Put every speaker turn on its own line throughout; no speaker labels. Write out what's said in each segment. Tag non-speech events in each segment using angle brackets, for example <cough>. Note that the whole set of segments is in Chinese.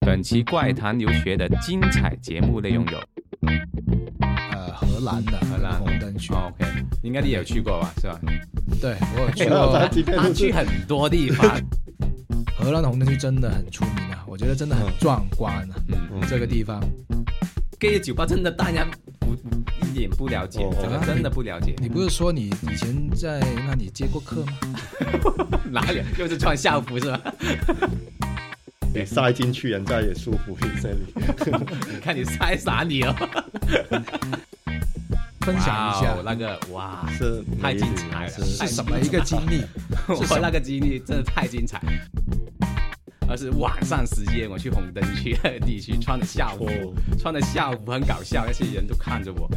本期怪谈留学的精彩节目内容有
呃，荷兰的
荷兰
红灯区，
哦，OK，应该你有去过吧，是吧？
对我有去过
他去很多地方，
荷兰的红灯区，真的很出名啊，我觉得真的很壮观啊，
嗯，
这个地方。
gay 酒吧真的大家不不一点不了解
哦，
真的真的不了解，
你不是说你以前在那里接过客吗？
<laughs> 哪里又是穿校服是 <laughs> 吧？
你塞进去，人家也舒服一
<laughs>
些。
你看你塞傻你哦，
分享
哇
一
哦
下
那个哇，
是
太精彩了
是
太
是什么一个经历？
<laughs> 我那个经历真的太精彩了。而是晚上时间，我去红灯区地区，穿着校服，
哦
穿着校服很搞笑，那些人都看着我。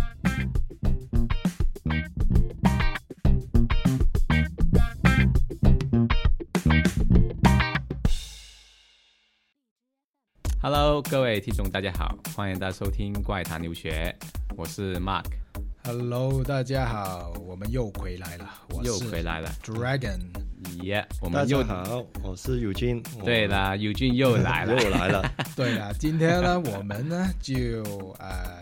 Hello，各位听众，大家好，欢迎大家收听《怪谈留学》，我是 Mark，
Hello，大家好，我们又回来了，我
又
是
回来了，
Dragon。
耶、我
大
们
家
又
好，我是尤金。
对
了，
啦，尤俊又来了，
<laughs> 又来
<laughs>
了。
对了，今天呢，我们呢就呃，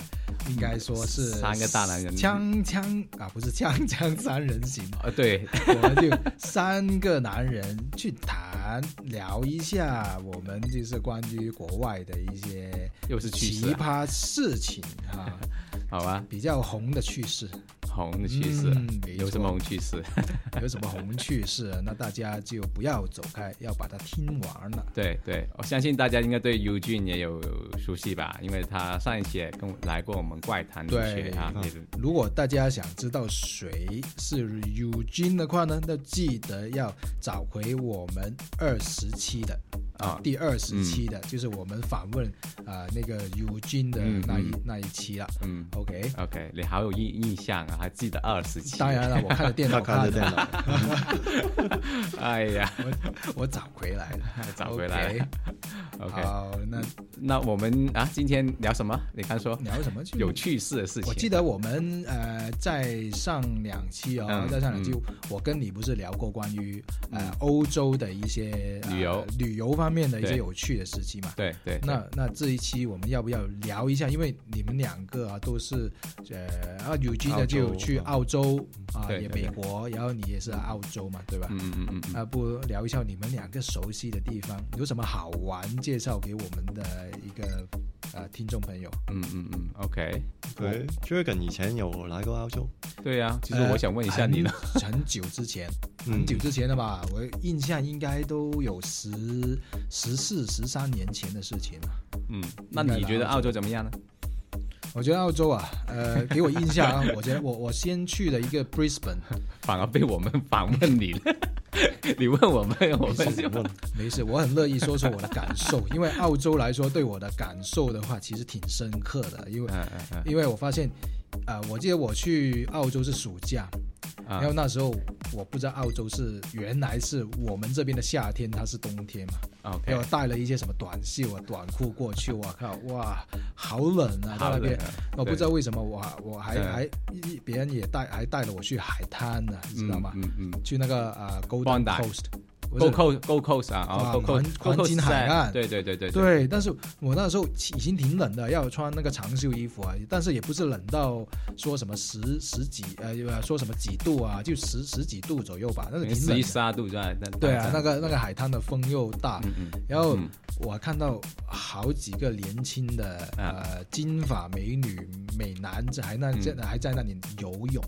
应该说是
三个大男人
锵锵啊，不是锵锵三人行，
呃，对，
我们就三个男人去谈聊一下我们就是关于国外的一些
又是去世
<laughs> 奇
啊，
葩事情啊，
<laughs> 好吧，
比较红的趣事。
红的趣事啊，
嗯没
有什
错
么红趣事？
有什么红趣事，那大家就不要走开，要把它听完了。
<laughs> 对对，我相信大家应该对 u j 也有熟悉吧，因为他上一期也跟我来过我们怪谈留学
对
啊，
嗯
也是
如果大家想知道谁是 Eugene 的话呢，那记得要找回我们二十期的
啊，
第二十期的，就是我们访问啊、呃那个 Eugene 的
嗯
那一、
嗯
那一期了。
嗯
OK，
，OK，你好有印印象啊，还记得二十期？
当，然了，我看了电
<laughs>
他
脑
看
看
着电
的，
脑，
哎呀，
<laughs> 我找回来了。
找回来
<laughs> OK，
，OK，
好，那
那我们啊，今天聊什么？你刚说
聊什么就
有趣事的事情，
嗯我记得我们呃在上两期哦，
嗯
在上两期、我跟你不是聊过关于呃欧洲的一些、呃
旅游
旅游方面的一些
对
有趣的事情嘛？
对对，对
那那这一期我们要不要聊一下？因为你们两个啊都是呃，啊 u g 呢
澳洲
就去澳洲啊，
对
也
对
美国，然后你也是澳洲嘛，对吧？
嗯嗯嗯嗯嗯，
啊，不如聊一下你们两个熟悉的地方，有什么好玩介绍给我们的一个呃听众朋友？
嗯嗯嗯，OK，
对，Dragon 以前有来过澳洲，
对啊，其实
呃
我想问一下你呢，
很很久
<laughs>
之前，
嗯
很久之前了吧？我印象应该都有十十四、十三年前的事情了。
嗯，那
应该
你
来
觉得
澳洲
澳洲怎么样呢？
我觉得澳洲啊，呃，给我印象
<laughs>
啊，我觉得我我先去了一个 Brisbane，
反而被我们访问你
<laughs>
了。你问我们，我们就 <laughs>
问
没事，我很乐意说说我的感受，因为澳洲来说对我的感受的话，其实挺深刻的，因为
嗯嗯
因为我发现，呃，我记得我去澳洲是暑假，
嗯
然后
啊
那时候我不知道澳洲是原来是我们这边的夏天，它是冬天嘛。给我
，OK，
带了一些什么短袖啊、短裤过去，我靠，哇，好冷啊！到那边，我不知道为什么我还我还
嗯
还别人也带还带了我去海滩呢、你知道吗？
嗯嗯
去那个呃 Golden
Bondi
Coast，不
，Go
是
Coast Go Coast 啊，哦
啊
Go
环
Coast Go
环
Coast
境
是
海
在
岸
对对对对对，
对，但是我那时候已经挺冷的，要穿那个长袖衣服啊，但是也不是冷到说什么十十几呃说什么几度啊，就十十几度左右吧，但是挺
十
冷
一
的。
十二度在那
对啊，那个那个海滩的风又大，
嗯嗯
然后
嗯
我看到好几个年轻的、
啊
呃金发美女、美男子还那
嗯
在、还在那里游泳，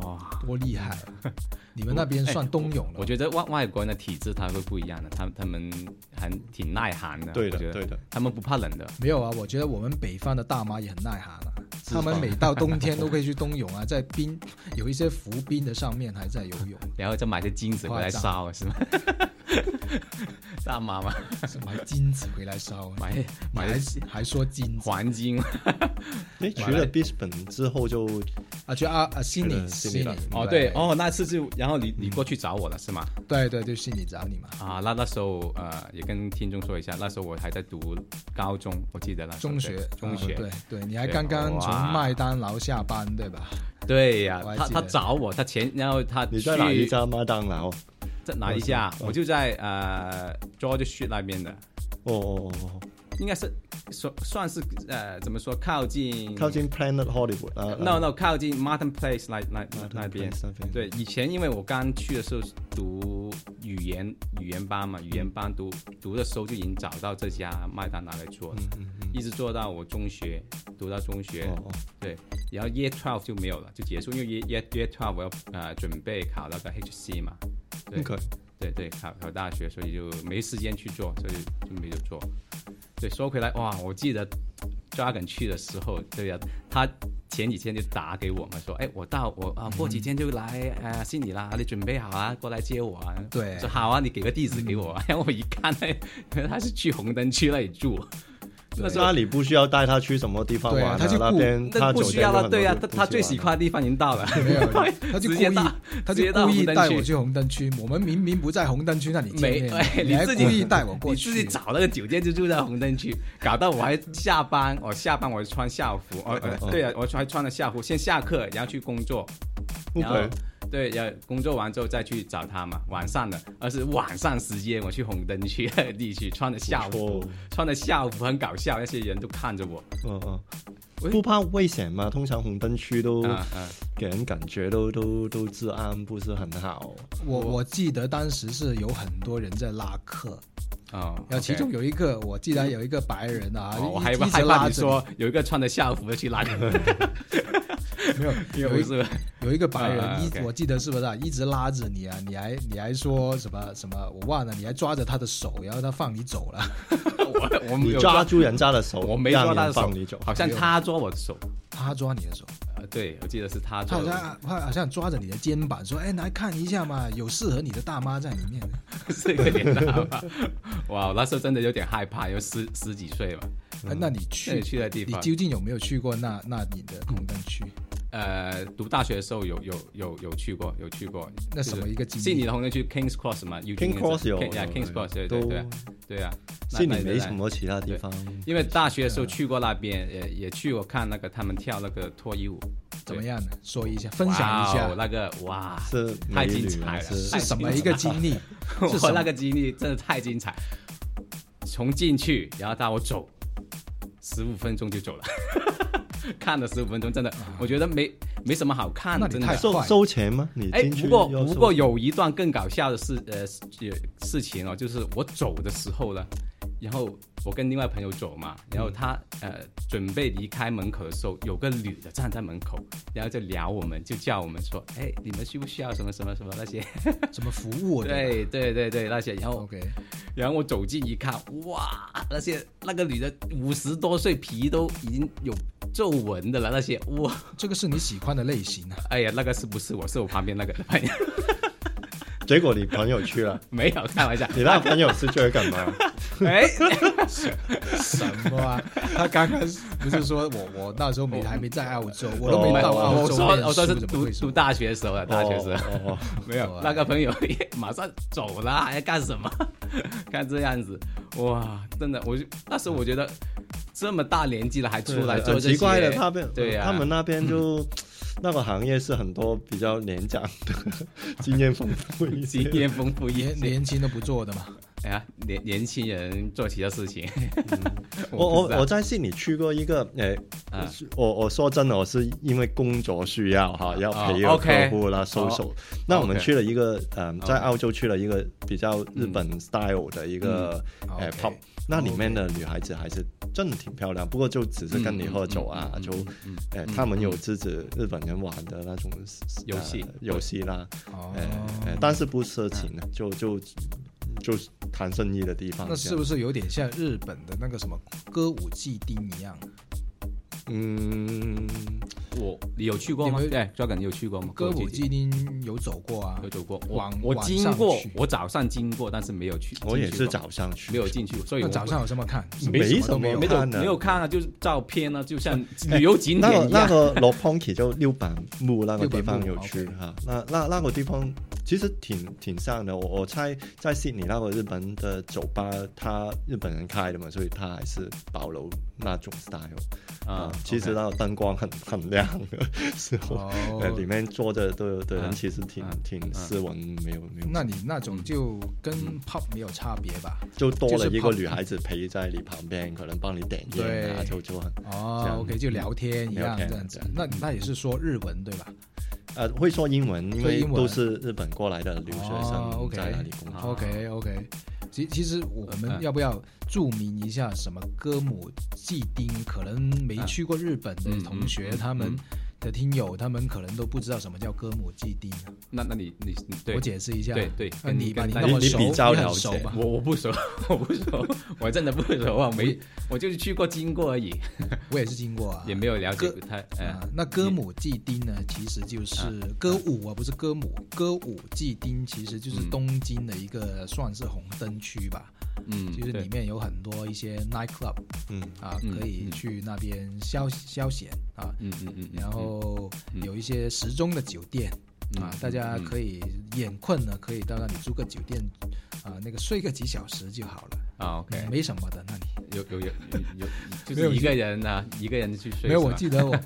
哇。
多厉害啊！
<laughs>
你们那边算冬泳了？
我觉哎得外外国人的体质他会不一样的，他他们还挺耐寒的，我
对
觉得
的对的，
他们不怕冷的，
没有啊，我觉得我们北方的大妈也很耐寒啊，他们每到冬天都会去冬泳啊，在冰有一些浮冰的上面还在游泳，
然后再买些金子回来
夸张
烧
<laughs>
是吗？大妈嘛，
买金子回来烧啊，
买
你
买
还
些
还说金子
黄金
诶，除了 Brisbane 之后就
啊？去啊啊悉尼
去了
悉
悉尼
尼
了
哦，对，哦，那次就然后你你过去找我了是吗？
对对对，悉尼找你嘛，
啊，那那时候呃，也跟听众说一下，那时候我还在读高中，我记得那时候
中
对
学
中
啊
学，
对对，你还
对
刚刚从
哇
麦当劳下班对吧？
对呀、
我还
他
记
他
得
找我，他前然后他
你在哪一
去
家嗯麦当劳？哦
在哪一家？我就在呃 George Street 那边的，
哦哦哦，
应该是算算是呃怎么说靠近
靠近 Planet Hollywood 啊。
no no 靠近 Martin Place 那那那
Martin
那边
Place 那边
对，以前因为我刚去的时候读语言语言班嘛，语言班读读的时候就已经找到这家麦当劳来做
嗯
了，一直做到我中学读到中学，
哦哦，
对，然后 Year Twelve 就没有了，就结束，因为 Year Year Year Twelve 我要呃准备考那个 HC 嘛，对
OK，
对对，考考大学，所以就没时间去做，所以就没有做。对，说回来，哇，我记得 Dragon 去的时候，对呀、他前几天就打给我嘛，说，哎，我到我啊，过几天就来呃悉尼啦，你准备好啊，过来接我啊。
对
说好啊，你给个地址给我啊。然 <laughs> 后我一看，哎，他是去红灯区那里住，那时候
那你不需要带他去什么地方
对啊
玩啊，
他去
那
顾
边
那
他
不需要了，
了，
对呀、啊
他
他他最喜欢的地方已经到
<laughs>
了，
没
<laughs>
有，他就
直
故
接
意
到，
他
直接
就
到
故意
红
带
灯
我
区。
去红灯区。我们明明不在红灯区那里见
没，
面，
哎，
你还
自己
故意带我过去，
你自己找那个酒店就住在红灯区，搞到我还下班，我下班我穿校服，哦
嗯
呃，对啊，我还穿了校服，先下课，然后去工作，然后
OK，
对，然后工作完之后再去找他嘛，晚上的，而是晚上时间我去红灯区地区穿的校服
哦
不错，
穿的校服很搞笑，那些人都看着我，
嗯嗯
喂。
不怕危险嘛？通常红灯区
哦
都
嗯嗯，
给人感觉都都都治安不是很好。
我我记得当时是有很多人在拉客，
哦，
然后其
OK
中有一个，我记得有一个白人啊，
哦，我
一
还
一直
害怕
拉
你
着
说有一个穿着校服的去拉你，
你
<laughs>
没有 <laughs> 有
不
一
是？
有一个白
啊啊
人，
，OK
一我记得是不是啊，一直拉着你啊，你还你还说什么什么，我忘了，你还抓着他的手，然后他放你走了， <laughs>
我我没
你
有
抓住人家的手，
我没
让
抓
人
他的手啊
放你走，
好像他抓我的手，
他抓你的手，
呃，对，我记得是他
他
抓我
好
的手，
像他好像抓着你的肩膀说，哎，来看一下嘛，有适合你的大妈在里面。
是个脸大吧？ <laughs> 哇，我那时候真的有点害怕，有十十几岁嘛，
哎那你
嗯那你
去，
去的地
你
方，
究竟有没有去过那那里的红灯区？
呃，读大学的时候有有有有去过，有去过，
那什么一个
就是
经
悉尼
历？
的红灯区 Kings Cross 嘛
King Cross 有
k Kings Cross 对对
都
对对啊，那
悉尼
那
没什么其啊他地方。
因为大学的时候去过那边，也也去过看那个他们跳那个脱衣舞，
怎么样呢？说一下，分享一
哇哦
下
那个哇，
是
太
美
精
女
彩
还
了
是
太
是什么一个经历？
<laughs>
是什
我
么
那个经历真的太精彩，从进去然后到我走，十五分钟就走了， <laughs> 看了十五分钟，真的，我觉得没没什么好看
啊那
的，
你
真的
太。
收
快
收钱吗？你
哎，
进去
不过
要收
不过有一段更搞笑的事，呃，事事情哦，就是我走的时候呢，然后我跟另外朋友走嘛，然后他
嗯
呃准备离开门口的时候，有个女的站在门口，然后就聊我们，就叫我们说，哎，你们需不需要什么什么什么那些？
什么服
<laughs>
务？
对对对对，那些，然后
OK，
然后我走近一看，哇，那些那个女的五十多岁，皮都已经有皱纹的了，那些哇，
这个是你喜欢的类型啊。
哎呀，那个是不是我是我旁边那个朋友？
结果你朋友去
<laughs>
了，
没有开玩笑，
你那个朋友是追
<laughs>
干嘛？
哎，
<laughs> 什么啊？他刚刚不是说我我那时候没还没在澳洲，我都
哦
没到
哦
澳
我
洲
说
念
我说
书
是
怎么
读
会
读
说
大学的时候了，大学时候
哦哦
没有
对
那个朋友也马上走了，还干什么？ <laughs> 看这样子，哇，真的，我就那时候我觉得这么大年纪了还 <laughs> 出来
对
做
很
这些，
奇怪的，
<laughs>
他们
对呀
他们那
<laughs>
边就那个行业是很多比较年长的，经验丰富一些
经。验丰富一些
年年轻都不做的嘛？
哎呀，年年轻人做其他事情，
嗯
<laughs>
我
不知
我
道
我在悉尼去过一个，诶、
啊
我我说真的，我是因为工作需要哈，要陪
哦
个
，OK
客户啦、收手。那我们
OK
去了一个，嗯、在
OK
澳洲去了一个比较日本 style 的一个
嗯
诶
OK
pub，那里面的女孩子还是真的挺漂亮，不过就只是跟你喝酒啊，就诶，他们有自己日本人玩的那种呃
游戏
游戏啦，
哦
诶、，诶但是不色情的，就就就谈生意的地方这样。
那是不是有点像日本的那个什么歌舞伎町一样？
嗯，
我你有去过吗
你？们
对，抓梗你有去过吗？
歌舞
基地
伎町有走过啊
有？走过，我
晚
我
晚
经
上
过
去，
我早上经过，但是没有去，
我也是
进去过
早上去，
没有进去，所以
那
我
早上有什么看？
没
什
什
都没
么
有哎
没
看
有
呢
没有看啊，就是照片啊，就像旅游景
那
点
个
一
那
样。
个罗 p o n k 就六本木那个地方
六
有
本木
去
，OK
哈，那那那个地方其实挺挺像的。我我猜在悉尼那个日本的酒吧，他日本人开的嘛，所以他还是保留那种 style
啊
啊。其实
OK
那个灯光很 <laughs> 很亮的时候，
<laughs>
呃，里
哦，
面坐着的的人
嗯
其实挺
嗯
挺斯文，没有没有，
那你那种
嗯
就跟 pub 没有差别吧？
就多
就
了
是
一个
pub
女孩子陪在你旁边，可能帮你点烟啊，
对
就就很这
哦
样
，OK，就聊天一
聊
样
天
这样子
这样。
那那也是说日文对吧
呃会说英文，因
会
为
英文
都是日本过来的留学
哦
生
，OK
在那里工作。
？OK OK，其其实我们
啊嗯
要不要注明一下什么歌母祭丁？可能没
嗯
去过日本的
嗯
同学，
嗯嗯
他们
嗯
的听友，他们可能都不知道什么叫歌母祭丁。啊
那那你你你对
我解释一下，
对对
呃
跟
你吧，
跟
你
大
那
家
么
你
熟，
比较
你很
了
熟
解
吧？
我我不熟， <laughs> 我不熟，我真的不熟啊，没，我就是去过经过而已，
我也是经过啊，
<laughs> 也没有了解
歌
太，
啊
嗯，，
那歌舞伎町呢，其实就是歌舞啊，不是歌舞，歌舞伎町其实就是
嗯
东京的一个算是红灯区吧，
嗯，
就是
对
里面有很多一些 night club
嗯，
啊，
嗯
可以
嗯
去那边消消闲啊，
嗯嗯嗯，嗯
然后
嗯
有一些时钟的酒店
嗯
啊
嗯，
大家
嗯
可以眼困呢，可以到那里租个酒店啊，那个睡个几小时就好了，
啊，OK，
没什么的，那里。
有有有有，
<laughs>
就
没有
是一个人啊，一个人去睡，
没有，
是
我
吧
记得
<laughs>
我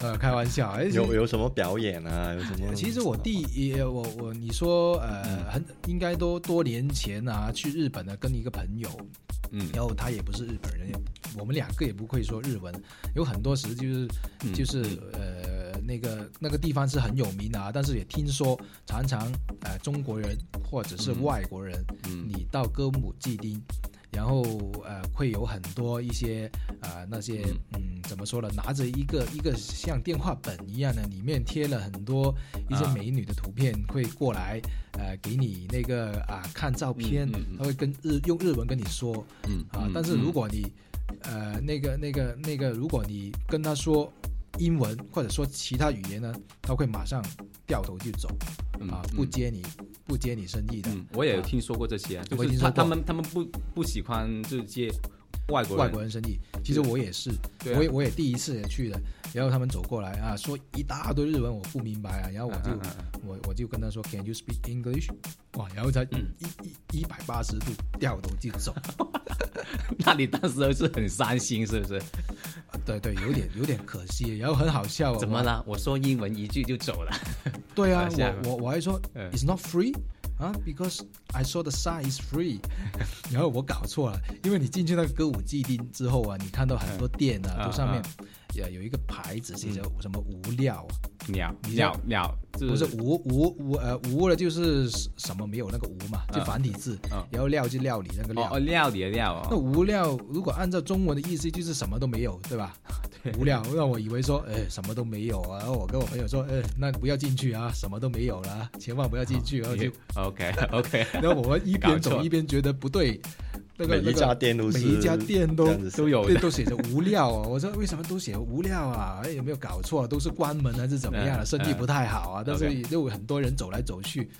呃开玩笑，而且
有有什么表演啊？有什么？
其实我第一，我我你说
嗯
呃，很应该都多年前啊，去日本的跟一个朋友，
嗯
然后他也不是日本人，也我们两个也不会说日文，有很多时就是
嗯
就是呃那个那个地方是很有名的啊，但是也听说常常呃中国人或者是外国人，
嗯
你到歌舞伎町。然后呃，会有很多一些呃那些嗯，怎么说呢？拿着一个一个像电话本一样的，里面贴了很多一些
啊
美女的图片，会过来呃给你那个啊、看照片，
嗯嗯嗯
他会跟日用日文跟你说
嗯
啊。
嗯
但是
嗯
如果你呃那个那个那个，如果你跟他说英文或者说其他语言呢，他会马上掉头就走
嗯
啊，
嗯
不接你不接你生意的。
嗯，我也有
啊
听说过这些啊，就
我已
是
经
他
说过
他们他们不不喜欢就接外国人，
外国人生意，其实我也是，
对啊
我也我也第一次也去的，然后他们走过来啊，说一大堆日文，我不明白啊，然后我就、
嗯嗯嗯
我我就跟他说 Can you speak English？哇，然后他
嗯
一一一百八十度掉头就走，啊
那你当时是很伤心是不是？
对对，有点有点可惜，然后很好笑
<laughs>
啊，
怎么
我？
了？我说英文一句就走了，
对啊
啊下一，个
我我我还说
嗯
It's not free。啊，because I saw the sign is free，然后 <laughs> 我搞错了，因为你进去那个歌舞伎町之后啊，你看到很多店啊，
嗯
都上面
嗯
也有一个牌子写着什么无料啊，
鸟
你知道
鸟鸟，就
不是无无无呃无了就是什么没有那个无嘛，就
嗯
繁体字，
嗯
然后料就料理那个
哦
料。
哦料理的料
那
哦，
无料如果按照中文的意思就是什么都没有，对
<laughs>
吧？无料，那我以为说，哎，什么都没有啊。然后我跟我朋友说，哎，那不要进去啊，什么都没有啦，千万不要进
啊
去。然后啊就，
OK
<laughs>
OK，
然后我们一边
搞
走
错
一边觉得不对，那个
每一家店都
那
是
个每一家店都
这样子
都有
对都写着无料啊。我说为什么都写无料啊？哎，有没有搞错啊、都是关门还是怎么样了、
嗯
生意不太好啊。
嗯
但是又有很多人走来走去。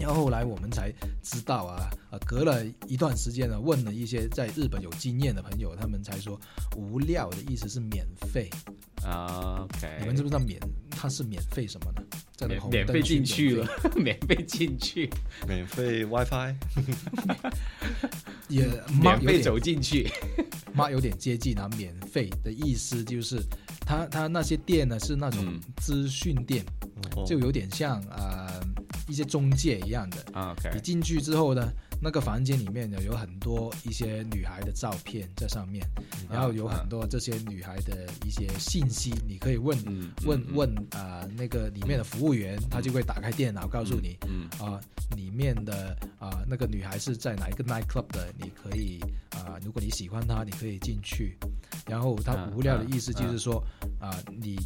然后后来我们才知道啊，啊，隔了一段时间呢，问了一些在日本有经验的朋友，他们才说无料的意思是免费。
啊 OK，
你们知不知道免它是免费什么呢？在那个
免
红
免
灯
费
区
进去
免
了 <laughs>
费，，
免费进去，
免费 WiFi，
也
免 <laughs>
mark 有
费
点
走进去，
妈有点接近啊，免费的意思就是，它它那些店呢是那种
嗯
资讯店，
哦
就有点像呃一些中介一样的。
啊
你
OK，
进去之后呢，那个房间里面呢有很多一些女孩的照片在上面，
嗯
然后有很多这些女孩的一些信息，你可以问
嗯
问，问啊、呃那个里面的服务员，他就会打开电脑告诉你，
嗯
啊、里面的啊、那个女孩是在哪一个 night club 的，你可以啊、如果你喜欢她，你可以进去。然后他
嗯
无聊的
嗯
意思就是说啊、你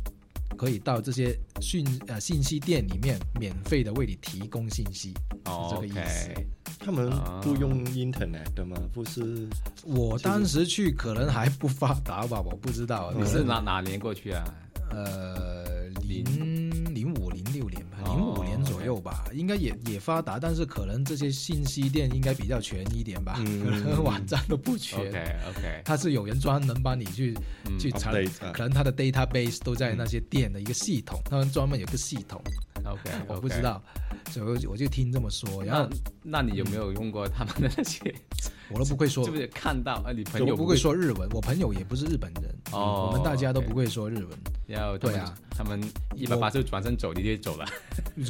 可以到这些讯呃信息店里面免费的为你提供信息。
哦
这个意思
OK，
他们不用
啊
Internet 的吗？不是
我当时去可能还不发达吧，我不知道啊。
你
可
嗯是
能
哪哪年过去啊？
呃零零五零六年吧，零
哦
五年左右吧，应该也也发达，但是可能这些信息店应该比较全一点吧，
嗯
可能网站都不全。
OK OK，嗯
它是有人专门帮你去、去查，
update 啊
可能它的 database 都在那些店的一个系统，他们专门有个系统，
嗯 OK，
我不知道。所以我就我就听这么说，然后
那那你有没有用过他们的那些？
我都不会说
是，不是看到啊？你朋
我
友
不会，说日文，我朋友也不是日本人，
哦
我们大家都
OK
不会说日文。
然后他
对
们
啊
他们一百八十转身走，你就走了。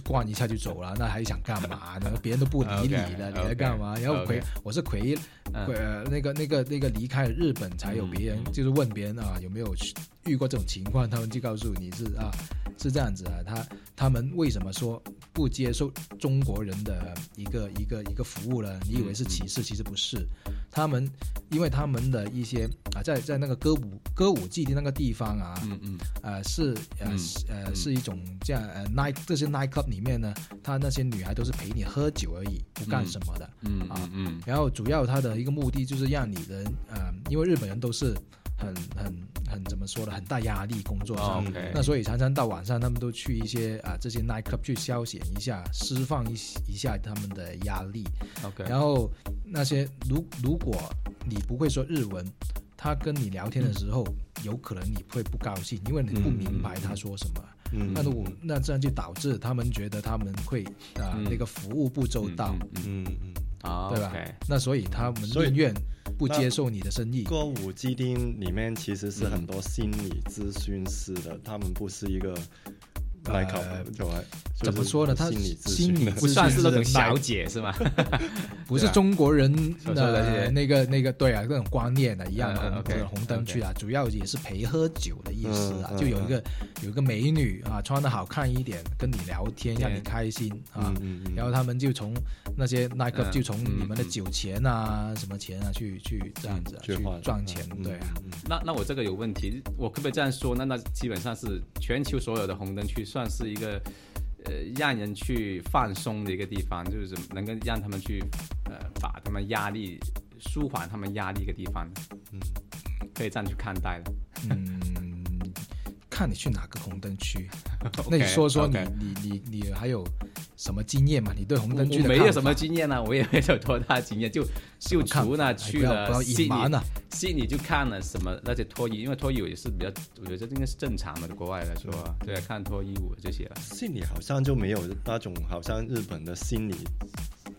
逛一下就走了，那还想干
<laughs>
嘛呢？别人都不理你了，
OK，OK，
你还干嘛？然后回
OK
我是回
嗯
回呃那个那个那个离开日本才有别人，就是问别人啊有没有去遇过这种情况，他们就告诉你是啊是这样子啊，他他们为什么说不接受中国人的一个一个一个服务呢？你以为是歧
嗯
视，其实不是，他们因为他们的一些啊在在那个歌舞歌舞伎的那个地方啊，
嗯嗯
呃，是呃
嗯
是呃
嗯
是一种这样呃 night 这些 night club 里面呢，他那些女孩都是陪你喝酒而已，不干
嗯
什么的。
嗯
啊
嗯
然后主要他的一个目的就是让你人呃，因为日本人都是很很很怎么说呢，很大压力工作上。
嗯，OK，
那所以常常到晚上，他们都去一些啊、这些 night club 去消遣一下，释放一一下他们的压力。
OK，
然后那些如如果你不会说日文，他跟你聊天的时候，有可能你会不高兴，因为你不明白他说什么。
嗯
那如果那这样就导致他们觉得他们会啊、
嗯
那个服务不周到，
嗯嗯
嗯嗯，
啊，
对吧
OK
那所以他们
所以
宁愿不接受你的生意。
歌舞伎町里面其实是很多心理咨询师的，他们不是一个 n i c
呃
e 就来就是
怎么说呢？他
心理咨
心
询
理
的
不算是那种
小
小，姐是吗？
不是
对啊
中国人
所说的这
的
些
那个那个对啊，那种观念的一样的
嗯嗯
红
OK，
灯红灯区啊，主要也是陪喝酒的意思啊，
嗯嗯
就有一个有一个美女啊，穿的好看一点，跟你聊天，让你开心啊
嗯。嗯嗯，
然后他们就从那些 night club
嗯
就从
嗯
你们的
嗯
酒钱啊、什么钱啊去去这样子啊
去
去
换
赚钱，
嗯
对啊。
嗯
那那我这个有问题，我可不可以这样说？那那基本上是全球所有的红灯区，算是一个呃让人去放松的一个地方，就是能够让他们去呃把他们压力舒缓他们压力一个地方，
嗯
可以这样去看待的。
嗯，看你去哪个红灯
<laughs>
区。
OK，
那你说说你
OK
你你你还有什么经验吗？你对红灯
我
区的
没有
看
什
法
么经验呢、啊我也没有多大经验，就就
看
除那
法
去
哎不要
了
不要
悉
隐
尼
瞒了。
悉尼就看了什么那些脱衣，因为脱衣舞也是比较，我觉得这应该是正常的，国外来说啊，对啊，看脱衣舞这些了。
心理好像就没有那种好像日本的心理，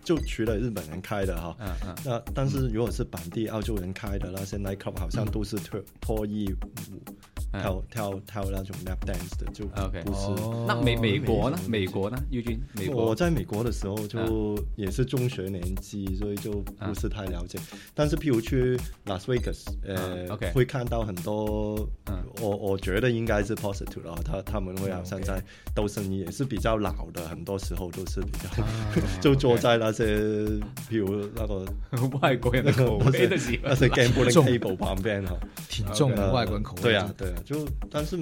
就除了日本人开的哈。
嗯嗯
那但是如果是本地澳洲人开的那些 nightclub，好像都是脱脱衣舞、
嗯啊
跳跳跳那种 lap dance 的，就
OK
不是。
哦
那美美国呢
没什么东？西
美国呢？玉军，美 <laughs>
我
国
在美国的时候就
啊
也是中学年纪，所以就不是太了解。
啊
但是譬如去 Las Vegas，呃
嗯，OK
会看到很多，
啊
嗯
我我觉得应该是 positive 了，他他们会好像在斗生意，也是比较老的，很多时候都是比
啊
啊
较、 <laughs> 就坐在那些譬如
<laughs>
那个
外国人的口味的喜
那
欢
些 gambling
重
table 旁边哈，
挺重的
呃
外国人口味。
对啊，对啊，就但是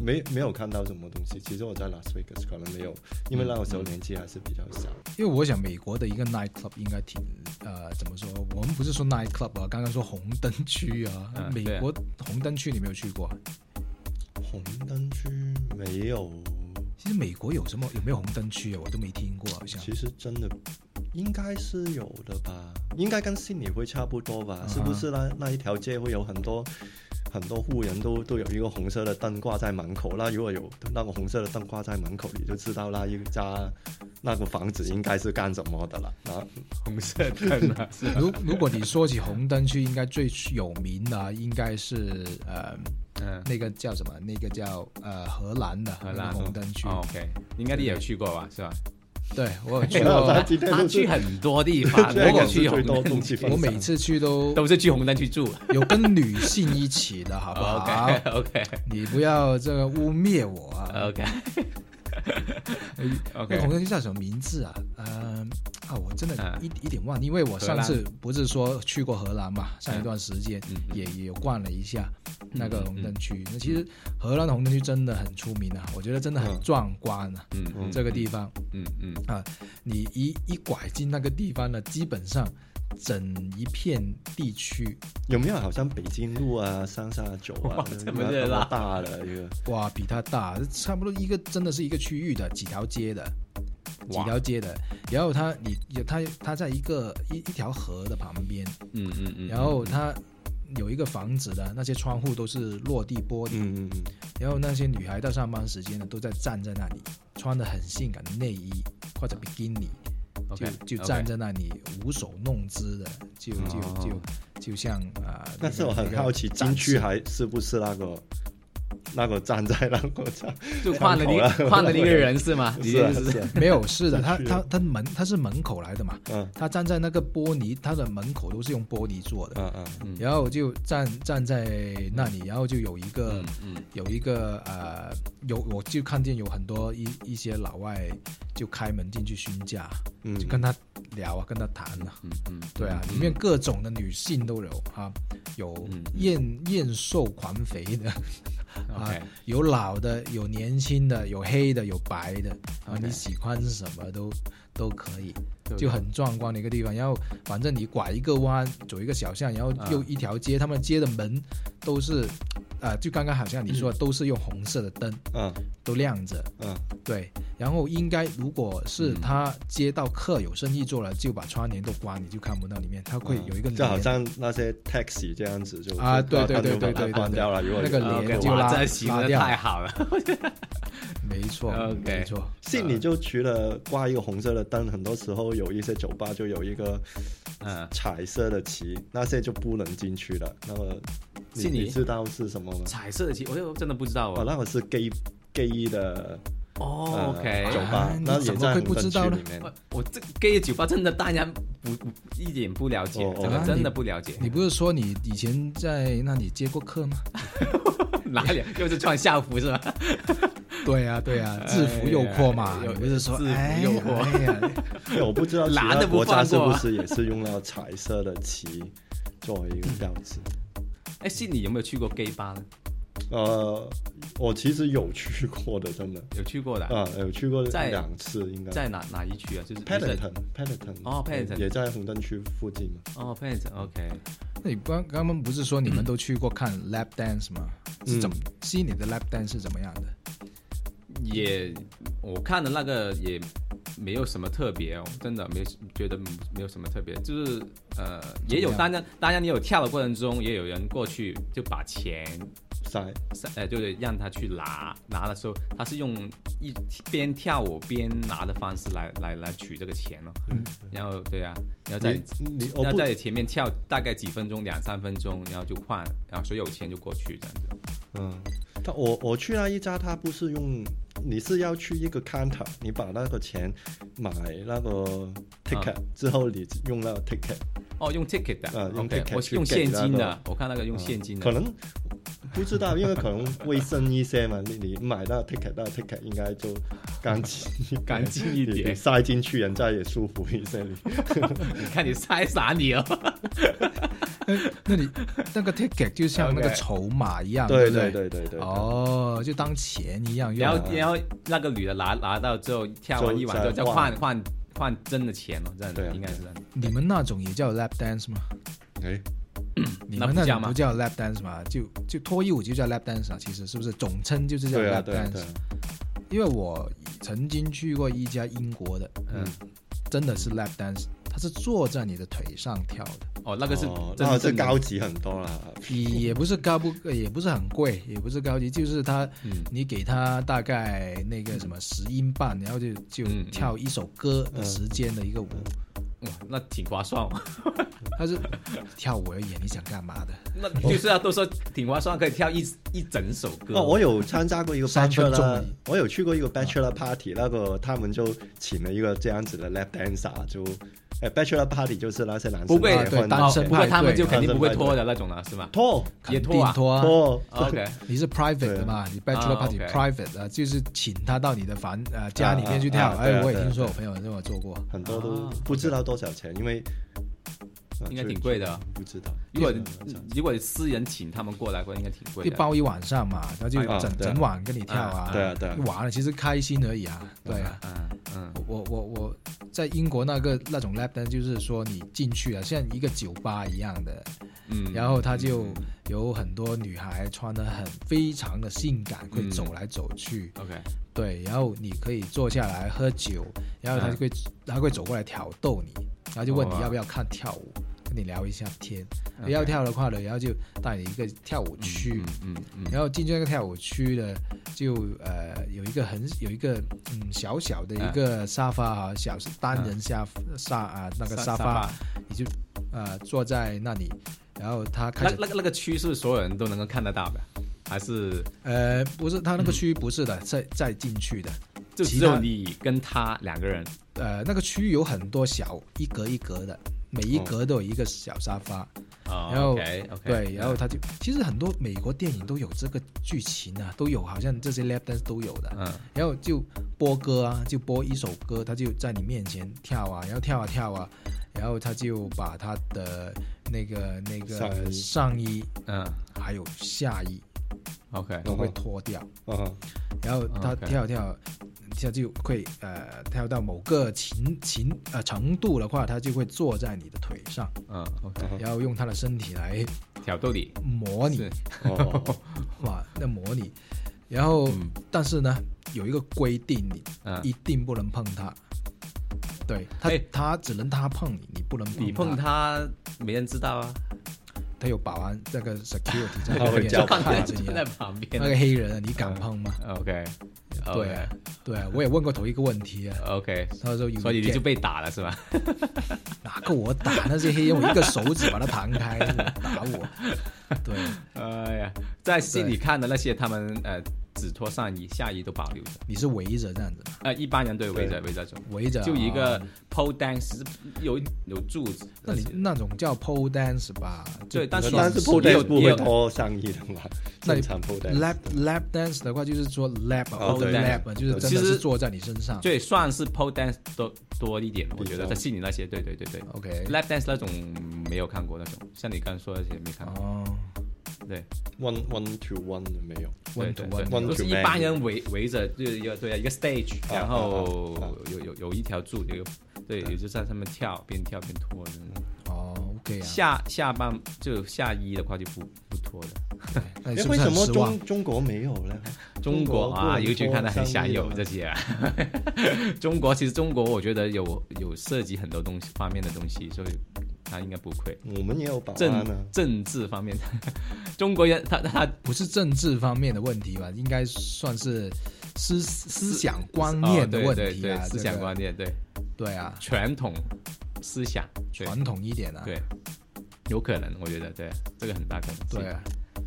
没没有看到什么东西。其实我在 Las Vegas 可能没有，因为那个时
嗯
候年纪还是比较小。
因为我想美国的一个 night club 应该挺呃怎么说？我们不是说 night club 啊，刚刚说红灯区啊，
嗯
美
对啊
国红灯区你没有去过啊？
红灯区没有，
其实美国有什么有没有红灯区啊？我都没听过，好像。
其实真的应该是有的吧，应该跟悉尼会差不多吧？
啊
是不是那那一条街会有很多？很多户人都都有一个红色的灯挂在门口，那如果有那个红色的灯挂在门口，你就知道那一家那个房子应该是干什么的了。啊，
红色灯啊，是吧
如如果你说起红灯区，应该最有名的啊应该是呃
嗯
那个叫什么？那个叫呃荷兰的
荷兰
那个红灯区。
哦，OK，应该你也有去过吧，是吧？哦
对我哦有去
<laughs>
那
过
咱，今天
他
就是
去很多地方，
这
如
个
果
是
去
最
红
多
灯
东
区
西
<laughs>
分
我
享
每次去都
都是去红灯区住。
有跟女性一起的，好不好？
<laughs> OK OK
<laughs> 你不要这个污蔑我
<laughs>
啊！
OK
那哎个
OK，
红灯区叫什么名字啊？嗯、啊，我真的
嗯
一、一点忘了，因为我
荷
上
兰
次不是说去过荷兰嘛，上一
嗯
段时间
嗯嗯
也、也有逛了一下那个
嗯嗯
红灯区。那、其实荷兰的红灯区真的很出名啊，我觉得真的很
嗯
壮观啊，
嗯嗯
这个地方。
嗯嗯
啊，你一一拐进那个地方呢，基本上整一片地区，
有没有好像北京路啊、三沙九
<laughs>
啊
哇，这么热闹
大的一个，
哇，比它大，差不多一个真的是一个区域的几条街的，几
哇
条街的。然后它你有它它在一个一一条河的旁边，
嗯嗯嗯，
然后它有一个房子的，那些窗户都是落地玻璃， <laughs>
嗯嗯嗯，
然后那些女孩到上班时间呢，都在站在那里，穿的很性感的内衣或者比基尼，
OK，
就就站在那里舞手弄姿的，就就
哦
就就像啊，那
但
个
是我很好奇，
那个
禁区
战士
还是不是那个那个站在那个站？
就换了
上
一
头
换了一个人是
<laughs>
吗？你
是啊
就是
啊，
没有啊是的，他
是
他他门他是门口来的嘛，
嗯
他站在那个玻璃，他的门口都是用玻璃做的，
嗯嗯
嗯
然后就站站在那里，然后就有一个、
嗯嗯
有一个呃，有我就看见有很多一一些老外就开门进去询价，
嗯，
就跟他聊啊，跟他谈啊，
嗯嗯，
对啊，
嗯
里面各种的女性都有啊，有
嗯
燕燕瘦狂肥的， <laughs> 啊
OK
有老的，有年轻的，有黑的，有白的，啊，
OK
你喜欢什么都都可以，
对
就很壮观的一个地方。然后反正你拐一个弯，走一个小巷，然后
啊
又一条街，他们街的门都是，啊，就刚刚好像你
嗯
说的，都是用红色的灯
嗯
都亮着，
嗯
对。然后应该如果是
嗯
他接到客有生意做了，就把窗帘都关，你就看不到里面，他会有一个
嗯就好
帘
像那些 taxi 这样子就
啊
就
对对
他就
对对
把它
对对
关掉了。如果
那个
有
脸
啊 OK，
就
哇
拉
这形
拉
容的
掉
太好了，
没错
OK
没错。
悉尼就除了挂一个红色的灯，很多时候有一些酒吧就有一个
嗯，
彩色的旗，那些就不能进去了。那么你
悉尼
你知道是什么吗？
彩色的旗，我又真的不知道
哦，
哦。
那个是 gay gay 的呃
哦
酒
，OK，
吧
啊，
那
你
也
怎么
在
会
红
不知
灯区
道呢
里面。
我我这 gay 的酒吧真的当然不不一点不了解
哦，哦
这
啊
个真的
你
不了解。
你不是说你以前在那里接过客
<laughs>
吗？
<laughs> 哪里又是穿校服是吧？
对
啊
呀、对呀、 <laughs> 制服诱惑嘛，
哎呀
你不是说
制服
哎呀
诱惑
哎呀，
因
<laughs>
为我不知道其
懒
他
得不
国家
放
是
过
不
啊
是也是用那个彩色的旗作为一个标志。
哎，悉尼有没有去过 gay 吧呢？
呃，我其实有去过的，真的
有去过
哦
的啊，
啊，有去过
在
两次，应该。
在哪哪一区啊？就是
p a d d i
在
n g t o n p a d d i n g t o n
哦，Paddington
也在红灯区附近嘛。
哦 p a d o k
那你刚刚刚不是说你们都去过看
嗯
lap dance 吗？是怎么悉尼的 lap dance 是怎么样的？
也我看的那个也没有什么特别哦，真的没觉得没有什么特别，就是呃也有
怎么样
当然当然也有跳的过程中也有人过去就把钱
塞，
呃就是让他去拿拿的时候，他是用一边跳舞边拿的方式来来来取这个钱哦，然后对啊，然后再
嗯你你我
然后
不
在前面跳大概几分钟两三分钟，然后就换，然后所有钱就过去这样子。
嗯，但我我去那一家，他不是用，你是要去一个 counter，你把那个钱买那个
啊
ticket、之后，你用那个 ticket，
哦，用 ticket 的、
啊用
OK，
ticket
我
去
是用
给
现金的
那个，
我看那个用现金的
啊可。能不知道，因为可能卫生一些嘛，你你买那个 ticket，那个 ticket 应该就干净
干净一
你你
点，
塞进去，人家也舒服一
<laughs>
些。你
你 <laughs> 看你猜啥你
啊
哦？
那你那个 ticket 就像那个
OK
筹码一样，
对
不对
对对对对，
哦，就当钱一样用
然
啊。
后然后那个女的拿拿到之后，跳完一晚之后
就
再换换换真的钱哦，这样
对
子
啊
应该是这样。
你们那种也叫 lap dance 吗？
哎，
你
那
们
不
那
叫
种
吗
不叫 lap dance 吗？就就脱衣舞就叫 lap dance 啊，其实是不是总称就是叫
对啊
lap
对啊
dance？、
对啊，
因为我曾经去过一家英国的，
啊
嗯，
真的是 lap dance，它是坐在你的腿上跳
<laughs>
的，
哦，那个是
哦
真
那是
正的
高级很多啦。
也也不是高不，也不是很贵，也不是高级，就是它，
嗯
你给它大概那个什么十英镑，然后就就
嗯嗯嗯
跳一首歌的
嗯
时间的一个舞，
哇，那挺划算哦。
它是跳舞而已，你想干嘛的？
那就是啊，都说挺划算，可以跳一一整首歌。
那哦我有参加过一个
三分钟
bachelor，
而已
我有去过一个
啊
bachelor party，、那个他们就请了一个这样子
啊
的 lap dancer，就哎 bachelor party 就是那些男生
不会
结
对
婚
单
哦
身，
不过他们就肯定不会
单身派
脱
对
的那种了，是吧
脱
也
肯定
脱啊
脱啊
脱，
？OK，
你是 private 的嘛？你 bachelor
啊
party
，OK
private 啊，就是请他到你的房呃家里面去跳
啊。啊对
哎，
啊
我也
对啊
听说
对啊
我朋友跟我做过，
<laughs> 很多都
啊
不知道多少钱，因为啊
应该
就
挺贵的啊。
不知道。
如果
嗯
如果私人请他们过来，应该挺贵
就
的。
包一晚上嘛，他就
啊
整
对啊
整晚跟你跳啊，
对啊对啊
就完了，其实开心而已啊，对啊。
嗯嗯
我我我在英国那个那种 lap dance 就是说你进去了，像一个酒吧一样的，
嗯，
然后他就有很多女孩穿的很非常的性感，会
嗯
走来走去，
OK，
对，然后你可以坐下来喝酒，然后他就会、他会走过来挑逗你，然后就问你
嗯哦
要不要看跳舞，跟你聊一下天，
OK
你要跳的话呢，然后就带你一个跳舞区，
嗯嗯嗯，
然后进去那个跳舞区呢，就呃有一个很有一个嗯小小的一个沙发啊，小单人沙沙啊那个沙发，你就呃坐在那里，然后他开
那
始
那个那个区是不是所有人都能够看得到的，还是
呃不是他那个区不是的，再再进去的，
就
其
只有
他
你跟他两个人？
呃那个区有很多小一格一格的，每一格都有一个小沙发，然后
o k OK，
对，然后他就其实很多美国电影都有这个剧情啊，都有好像这些 lap dance 都有的，
嗯
然后就播歌啊，就播一首歌，他就在你面前跳啊，然后跳啊跳啊，然后他就把他的那个那
上
个
衣
上衣
嗯
还有下衣
，OK，
都会脱掉，
<laughs>
啊，
然后他
OK
跳跳，他就会呃跳到某个情情呃程度的话，他就会坐在你的腿上，
嗯 OK，
嗯
然后用他的身体来
挑逗你，
模拟
是
哦，
哇，那模拟，然后、
嗯
但是呢有一个规定，你
嗯，
一定不能碰它。对他
哎，
他只能他碰你，你不能
你碰
他。
他没人知道啊，
他有保安，那个
<laughs>
security 在
他
旁
会
边
叫
看
人
着你
就在 <laughs>
啊。
旁边
<laughs> 那个黑人啊，你敢碰吗？
嗯，OK，
对啊，对啊，我也问过同一个问题啊。
，OK，
他说有，
所以你就被打了是吧？
哪个我打那些黑人，我一个手指把他弹开，打
<laughs>
我。对，
哎呀，在戏里看的那些，他们呃只脱上衣，下衣都保留着。
你是围着这样子吗，
呃，一般人都有围着围着走，
围着
就一个
啊
pole dance 是有有柱子。
那你那种叫 pole dance 吧？就
对但是
但是
你
p o
也有
dance 不
也
会
有
脱上衣的嘛，
<laughs>
那你
正常 p o
lap
dance，
lap dance 的话，就是说 lap
哦
over
对
lap，啊就是真
其
的
实
是坐在你身上。
对，算是 pole dance 多多一点，我觉得
比较
在戏里那些，对对对对
OK，
，lap dance 那种没有看过那种，像你刚说的那些没看过，
哦
对
one one to one 没有，
对
，one to
对
one，
对，
one
都
to
是一
man
般人围围着，就是一个对啊一个 stage，
啊
然后
啊啊啊
有有有一条柱，有对，也就在上面跳，边跳边脱的那种。
哦，OK
嗯
啊，
下下半就下衣的话就不不脱的。
那
诶
你是不
哎为
是
什
很
么
失望
中？中国没有呢？
中国啊，
不能
尤其看得很享有
脱上衣
这
的
些、啊。 <laughs> 中国其实中国，我觉得有有涉及很多东西方面的东西，所以他应该不亏。
嘛，我们也有保
政、
安啊，
政治方面， <laughs> 中国人他他
不是政治方面的问题吧？应该算是思思想观
哦
念的
对
问
对
题
对
啊，
思想观念对
这个对啊，
传统思想对
传统一点啊，
对，有可能我觉得对这个很大可能性。
对啊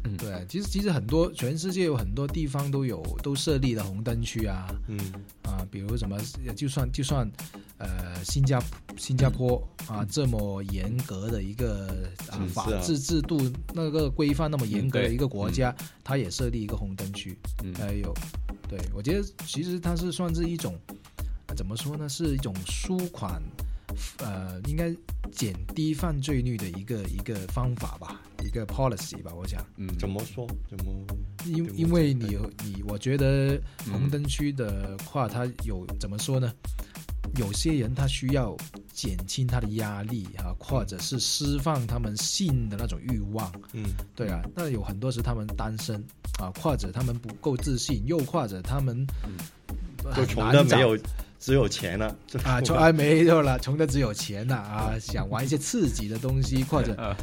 嗯。
对啊，其实其实很多全世界有很多地方都有都设立了红灯区啊
嗯，
啊，比如什么，就算就算呃新加新加坡啊
嗯
这么严格的一个啊
嗯
法
是啊
治制度那个规范那么严格
嗯
的
对
一个国家，它也设立一个红灯区，
嗯
还有，对我觉得其实它是算是一种，呃怎么说呢，是一种舒缓，呃，应该减低犯罪率的一个一个方法吧，一个 policy 吧，我想，
嗯，
怎么说？怎么？
因
对我
因为你有你，我觉得
嗯
红灯区的话，它有怎么说呢？有些人他需要减轻他的压力啊，或者是释放他们性的那种欲望，
嗯，
对啊，那有很多是他们单身啊，或者他们不够自信，又或者他们
嗯就
很
穷
难
的没
找
有，只有钱了，就
啊，穷啊没有了，穷的只有钱呐啊想玩一些刺激的东
<laughs>
西，或者
呃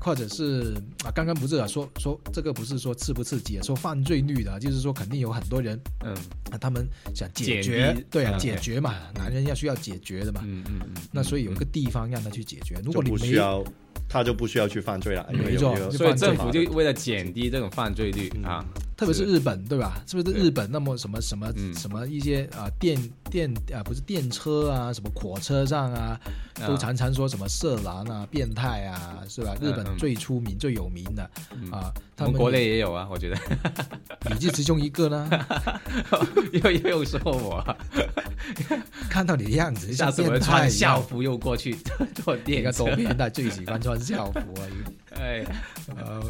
或者是啊，刚刚不是啊，说说这个不是说刺不刺激啊，说犯罪率的啊，就是说肯定有很多人
嗯
啊，他们想解
减
决
低，
对啊，
嗯
解
对
决嘛，男人要需要解决的嘛，
嗯嗯嗯，
那所以有一个地方让他去解决，如
就
果你
不
没
需要，他就不需要去犯罪了，因为
没
有
错
一个
就
所以
犯罪
政府就为了减低这种犯罪率
嗯
啊，
特别是
是
日本，对吧？是不是
对
日本那么什么什么
嗯
什么一些啊电电啊不是电车啊，什么火车上啊，都
啊
常常说什么色狼啊、变态啊，是吧？
嗯
日本
嗯
最出名、最有名的
嗯
啊，
我
他
们
们
国内也有啊，我觉
<laughs>
得。 <laughs>
你就其中一个呢，
又又说我，啊
看到你的样子，
下
像
次
变
我
态
穿
一
校
样。
服又过去坐
你
电
个
车
多。变态，最喜欢穿校服啊！
<laughs> 哎
呃，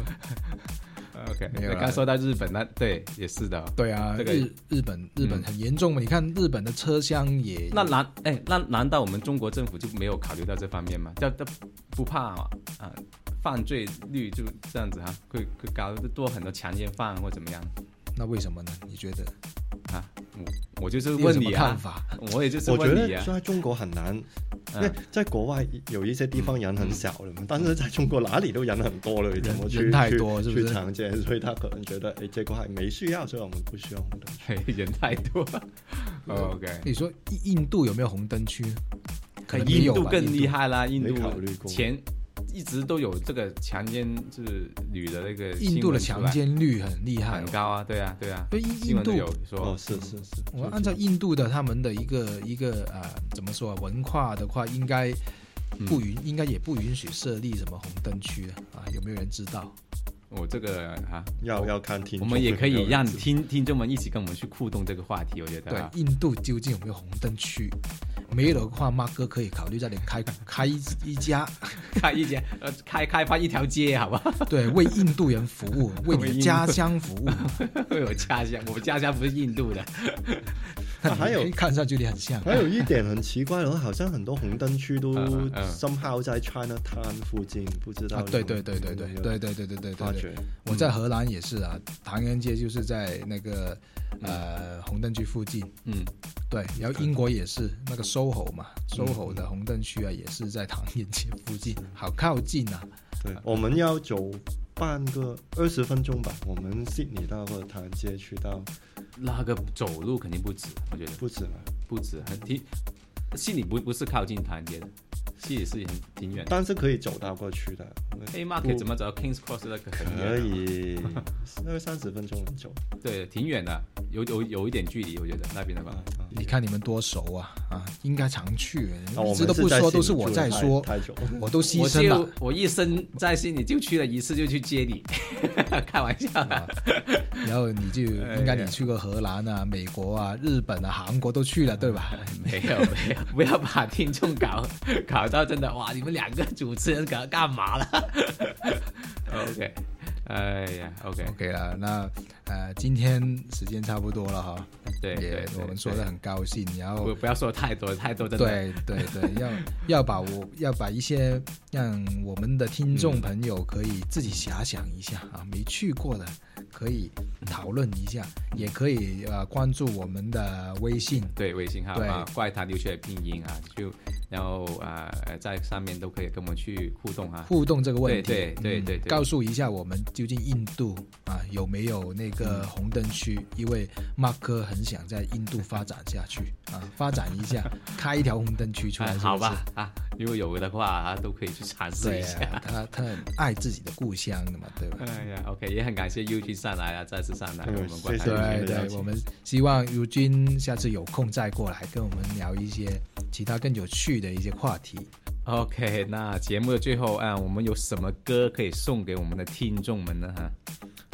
，OK，
没有啊啦
刚说到日本，那对也是的哦。
对啊，
这个
日日本日本
嗯
很严重嘛，你看日本的车厢也
那难哎，那难道我们中国政府就没有考虑到这方面吗？这这不怕啊、啊犯罪率就这样子啊，会会搞得多很多强奸犯或怎么样
那为什么呢？你觉得？
啊？我我就是
你有
问
什么
你
看
啊，
法？
我也就是
我觉
问
得
你啊。
在中国很难
嗯
因为在国外有一些地方人很少了嘛，但是在中国哪里都人很多了，你怎么去
人太多
去
是不是
去常见？所以他可能觉得，哎，这个还没需要，所以我们不需要红灯区。
嘿 <laughs> 人太多。OK，哦
你说印印度有没有红灯区？可能没
印
有吧
度更厉。害啦，印
没
度
考虑过
前一直都有这个强奸就是女的那个
印度印度的
新
强
闻出来
奸率很厉害哦
很，高啊，对啊对啊，
对印
新闻都
印
有
度
说
哦，是是是，
我按照印度的他们的一个一个呃怎么说啊文化的话，应该不允、应该也不允许设立什么红灯区的啊？有没有人知道？
我这个啊，
要要看听
我
众
们
会
也
不
可
会有
以
人
让
<laughs>
知
听听众们一起跟我们去互动这个话题，我觉得
对
啊，
印度究竟有没有红灯区？没有的话，马哥可以考虑在那里开开一一家， <laughs>
开一间呃开开发一条街，好吧？ <laughs>
对，为印度人服务，
<laughs>
为你的家乡服务。
为我家乡，我家乡不是印度的，
啊还有
看上去你很像，
还有一点很奇怪的，好像很多红灯区
<laughs>
都
嗯嗯嗯
somehow 在 China Town 附近，不知道
啊
你，们
对对对对对
有没有
对对对对对对
发
对，
觉
我在荷兰也是啊，唐人街就是在那个呃红灯区附近，
嗯，
对，然后英国也是那个 SOHO 嘛，SOHO
嗯
的红灯区啊，也是在唐人街附近，好靠近
嗯
啊，
对，我们要走半个二十分钟吧，我们悉尼到或者唐人街去到
那个走路肯定不止，我觉得
不止了，
不止，很挺，西里不不是靠近唐人街的，西里是很挺远的。
但是可以走到过去的。
黑 market 怎么走到 Kings Cross 那个很远
可以，
<laughs>
二三十分钟能走
对，挺远的，有有有一点距离，我觉得那边的
啊
吧。
啊！
你看你们多熟啊啊，应该常去，
啊我
一
们
直都不
是在
说，
悉
都
尼
是我
住
在
得太
说，
太久了。
我都牺
我
牲了
就。我一生在悉尼就去了一次，就去接你，开玩笑的。
啊，然后你就应该你去过荷兰啊、美国啊、日本啊、韩国都去了，对吧？
没有没有，不要把听众搞搞到真的哇！你们两个主持人搞干嘛了？OK，哎呀，OK，
OK 了，那呃，今天时间差不多了哈，
对对
也
对，
我们说的很高兴，然后
不不要说太多太多，真的
对对对，要要 <laughs> 把我要把一些让我们的听众朋友可以自己遐想一下啊，没去过的可以讨论一下，也可以呃关注我们的微信。
对微信号
对
啊，怪谈留学的拼音啊，就然后啊、呃在上面都可以跟我们去互动啊。
互动这个问题，
对对对
嗯
对对
告诉一下我们究竟印度啊有没有那个红灯区？因为马克很想在印度发展下去啊，发展一下，开一条红灯区出来，
啊
是不是
好吧？啊，如果有的话啊，都可以去尝试
对
一下。
啊，他他很爱自己的故乡的嘛，对吧？
哎呀，OK，也很感谢 UG 上来啊，再次上来，
嗯
我们怪
谢谢
谈留学
对
<laughs> 对了
对，
解
我们希望如君下次有空再过来跟我们聊一些其他更有趣的一些话题。
OK，那节目的最后啊，我们有什么歌可以送给我们的听众们呢？哈，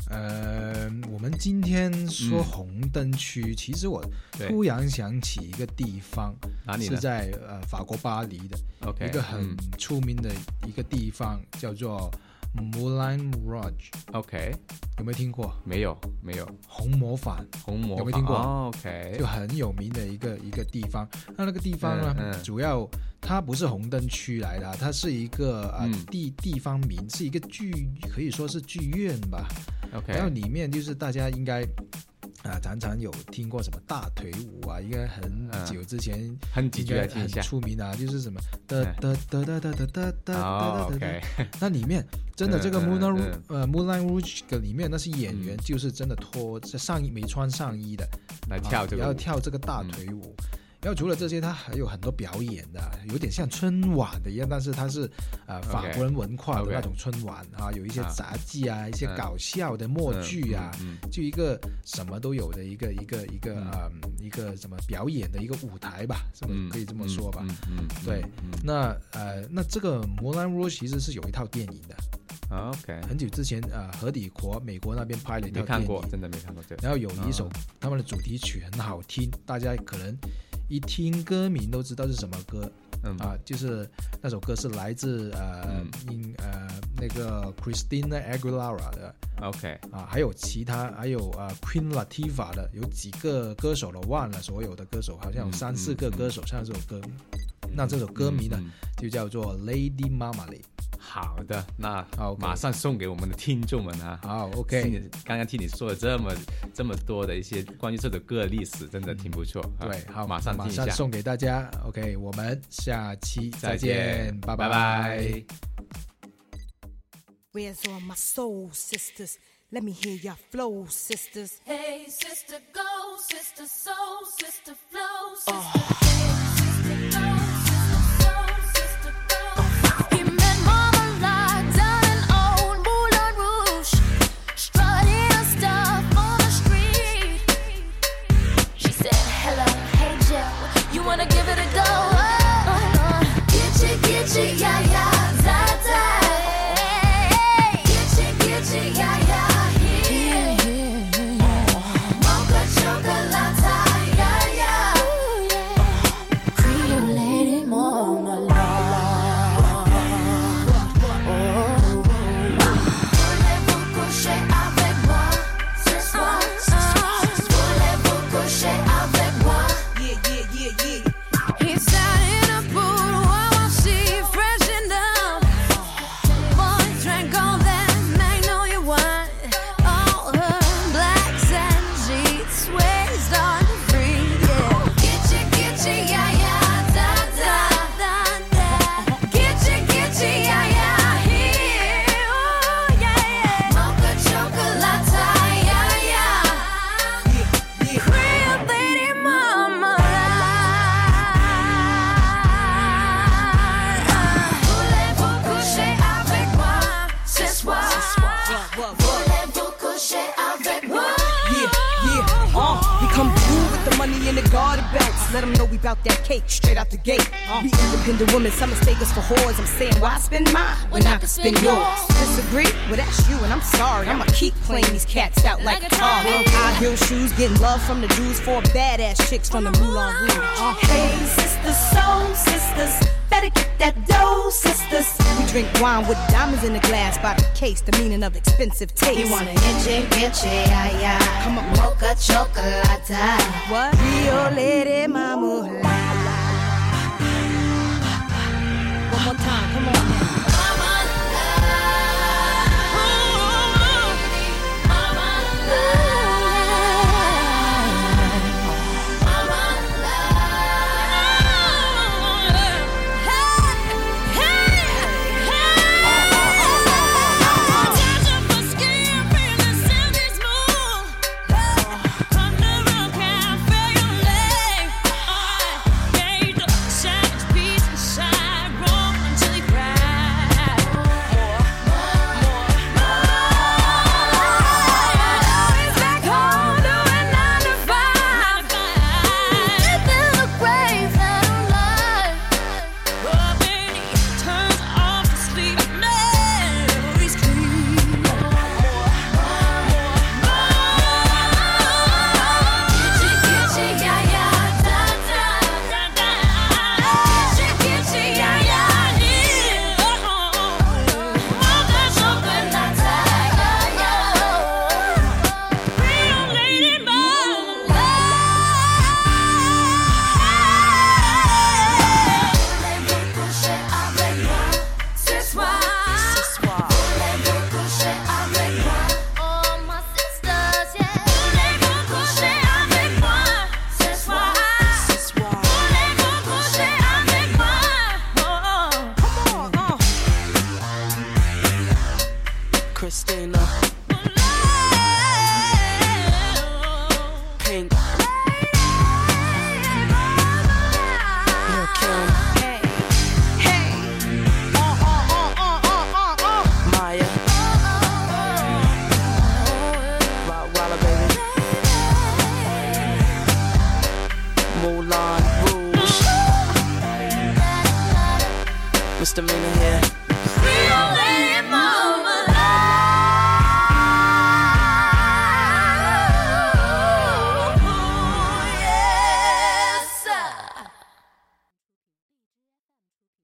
呃，我们今天说红灯区，其实我
嗯对
突然想起一个地方，
哪里
是
呢
在呃法国巴黎的
？OK，
一个很
嗯
出名的一个地方，叫做 Moulin Rouge，
OK，
有没有听过？
没有没有
红魔法
红魔法
有没有听过
哦？OK，
就很有名的一个一个地方。那那个地方呢，
嗯嗯
主要它不是红灯区来的啊，它是一个啊、呃
嗯
地地方民，是一个剧，可以说是剧院吧。然后
OK，
里面就是大家应该。啊，常常有听过什么大腿舞啊？应该很
嗯
久之前
哼几
应
句
该
来听
很
一下。
出名的、啊，就是什么哒
嗯
哒哒哒哒哒哒哒
哦
哒哒哒
，OK，。
那里面真的这个
嗯
Moulin
嗯
Rouge
嗯
呃 Moulin Rouge 的里面那些演员
嗯
就是真的脱这上衣没穿上衣的，
来跳这
啊
个
要
舞。
跳这个大腿舞。然后除了这些，它还有很多表演的，有点像春晚的一样，但是它是呃
OK
法国人文化的
OK
那种春晚啊，有一些
啊
杂技啊，一些
嗯
搞笑的默剧啊，
嗯，嗯
就一个什么都有的一个一个一个
嗯
嗯一个什么表演的一个舞台吧，这么
嗯
可以这么说吧。
嗯嗯，嗯
对
嗯
那呃，那这个《摩兰若》其实是有一套电影的，
嗯，OK，
很久之前呃，何里国美国那边拍了一
没
套电
看
影，
过，真的没看过这个。
然后有一首他们的主题曲很好听，大家可能一听歌名都知道是什么歌
嗯
啊、就是那首歌是来自呃
嗯
英、呃那个 Christina Aguilera 的
，OK，
啊、还有其他还有呃 Queen Latifah 的，有几个歌手了，忘了所有的歌手，好像有
嗯
三
嗯
四个
嗯
歌手唱这首歌。那这首歌名呢，
嗯
就叫做 Lady Marmalade。
好的，那
好，OK
马上送给我们的听众们啊。
好
听
，OK，
你刚刚听你说了这么这么多的一些关于这首歌的历史，真的挺不错。啊
对，好，
马上听
马
一下
上，送给大家。OK，我们下期
再
再见，
见，
拜
拜拜
Where's all my soul sisters? Let me hear your flow, sisters.
Hey, sister, go, sister, soul, sister, flow, sister. Hey, sister, go, sister, soul, sister, flow. He met Marmalade down in old Moulin Rouge, strutting her stuff on the street. She said, hello, hey Joe, you wanna give it a go? Uh, uh, Get you, get you, yeah, yeah, da, da. Get you, get you, yeah, yeah, here. Mocha chocolate, yeah, yeah. Creole lady, mama, Voulez-vous coucher avec moi ce soir? Voulez-vous coucher avec moi?
Yeah, yeah, yeah, yeah.
He's sat in a pool while I see freshened up. Boy drank all that magnolia wine, all her blacks and jeets, waist on free. Yeah, kitchy kitchy ya ya da da da da. Kitchy kitchy ya ya here, oh yeah yeah. Mocha chocolate, yeah yeah. Real lady mama Voulez-vous coucher avec moi ce soir? Voulez-vous coucher avec moi?
Yeah, yeah, uh, we come through with the money in the garter bags. Let them know we bout that cake straight out the gate. We independent women, some mistake us for whores. I'm saying, why spend mine when I can spend yours? Disagree? Well, that's you, and I'm sorry. I'ma keep playing these cats out like,
Like
a
a
car.
Tommy.
High heel shoes, getting love from the dudes, four badass chicks from the Moulin Rouge. Uh,
Hey, sisters, soul sisters, better get that dough, sisters.
we drink wine with diamonds in the glass by the case, the meaning of expensive taste.
You wanna itchy, itchy, ay, ay. Come on, mocha chocolate.
what? Rio Lady Mama. One more time, come on now.
Mama love, mama love, mama love. Hey, hey, hey. Attention for skin feelings in this mood. Come to rock cafe on late. Gave the savage beast inside, roll until he cried. More, more, more. Always back home doing nine to five. Into the grave that I'm lying. Robin, he turns off the sleep. Memories creep. Kitchy, kitchy, yeah, yeah, da, da, da, da. Kitchy, kitchy, yeah, yeah, yeah. Mocha chocolate, yeah, yeah. Real lady mama. Voulez-vous coucher avec moi ce soir? Voulez-vous coucher avec moi? Oh, my sisters, yeah. Voulez-vous coucher avec moi ce soir? Voulez-vous coucher avec moi? Oh,
Come on, uh.
Christina
voulez-vous
Pink
Lady
Lil' Kim
Hey, hey. Uh, uh, uh, uh, uh, uh, uh.
Maya Rottweiler baby Moulin Rouge Mr. Mina here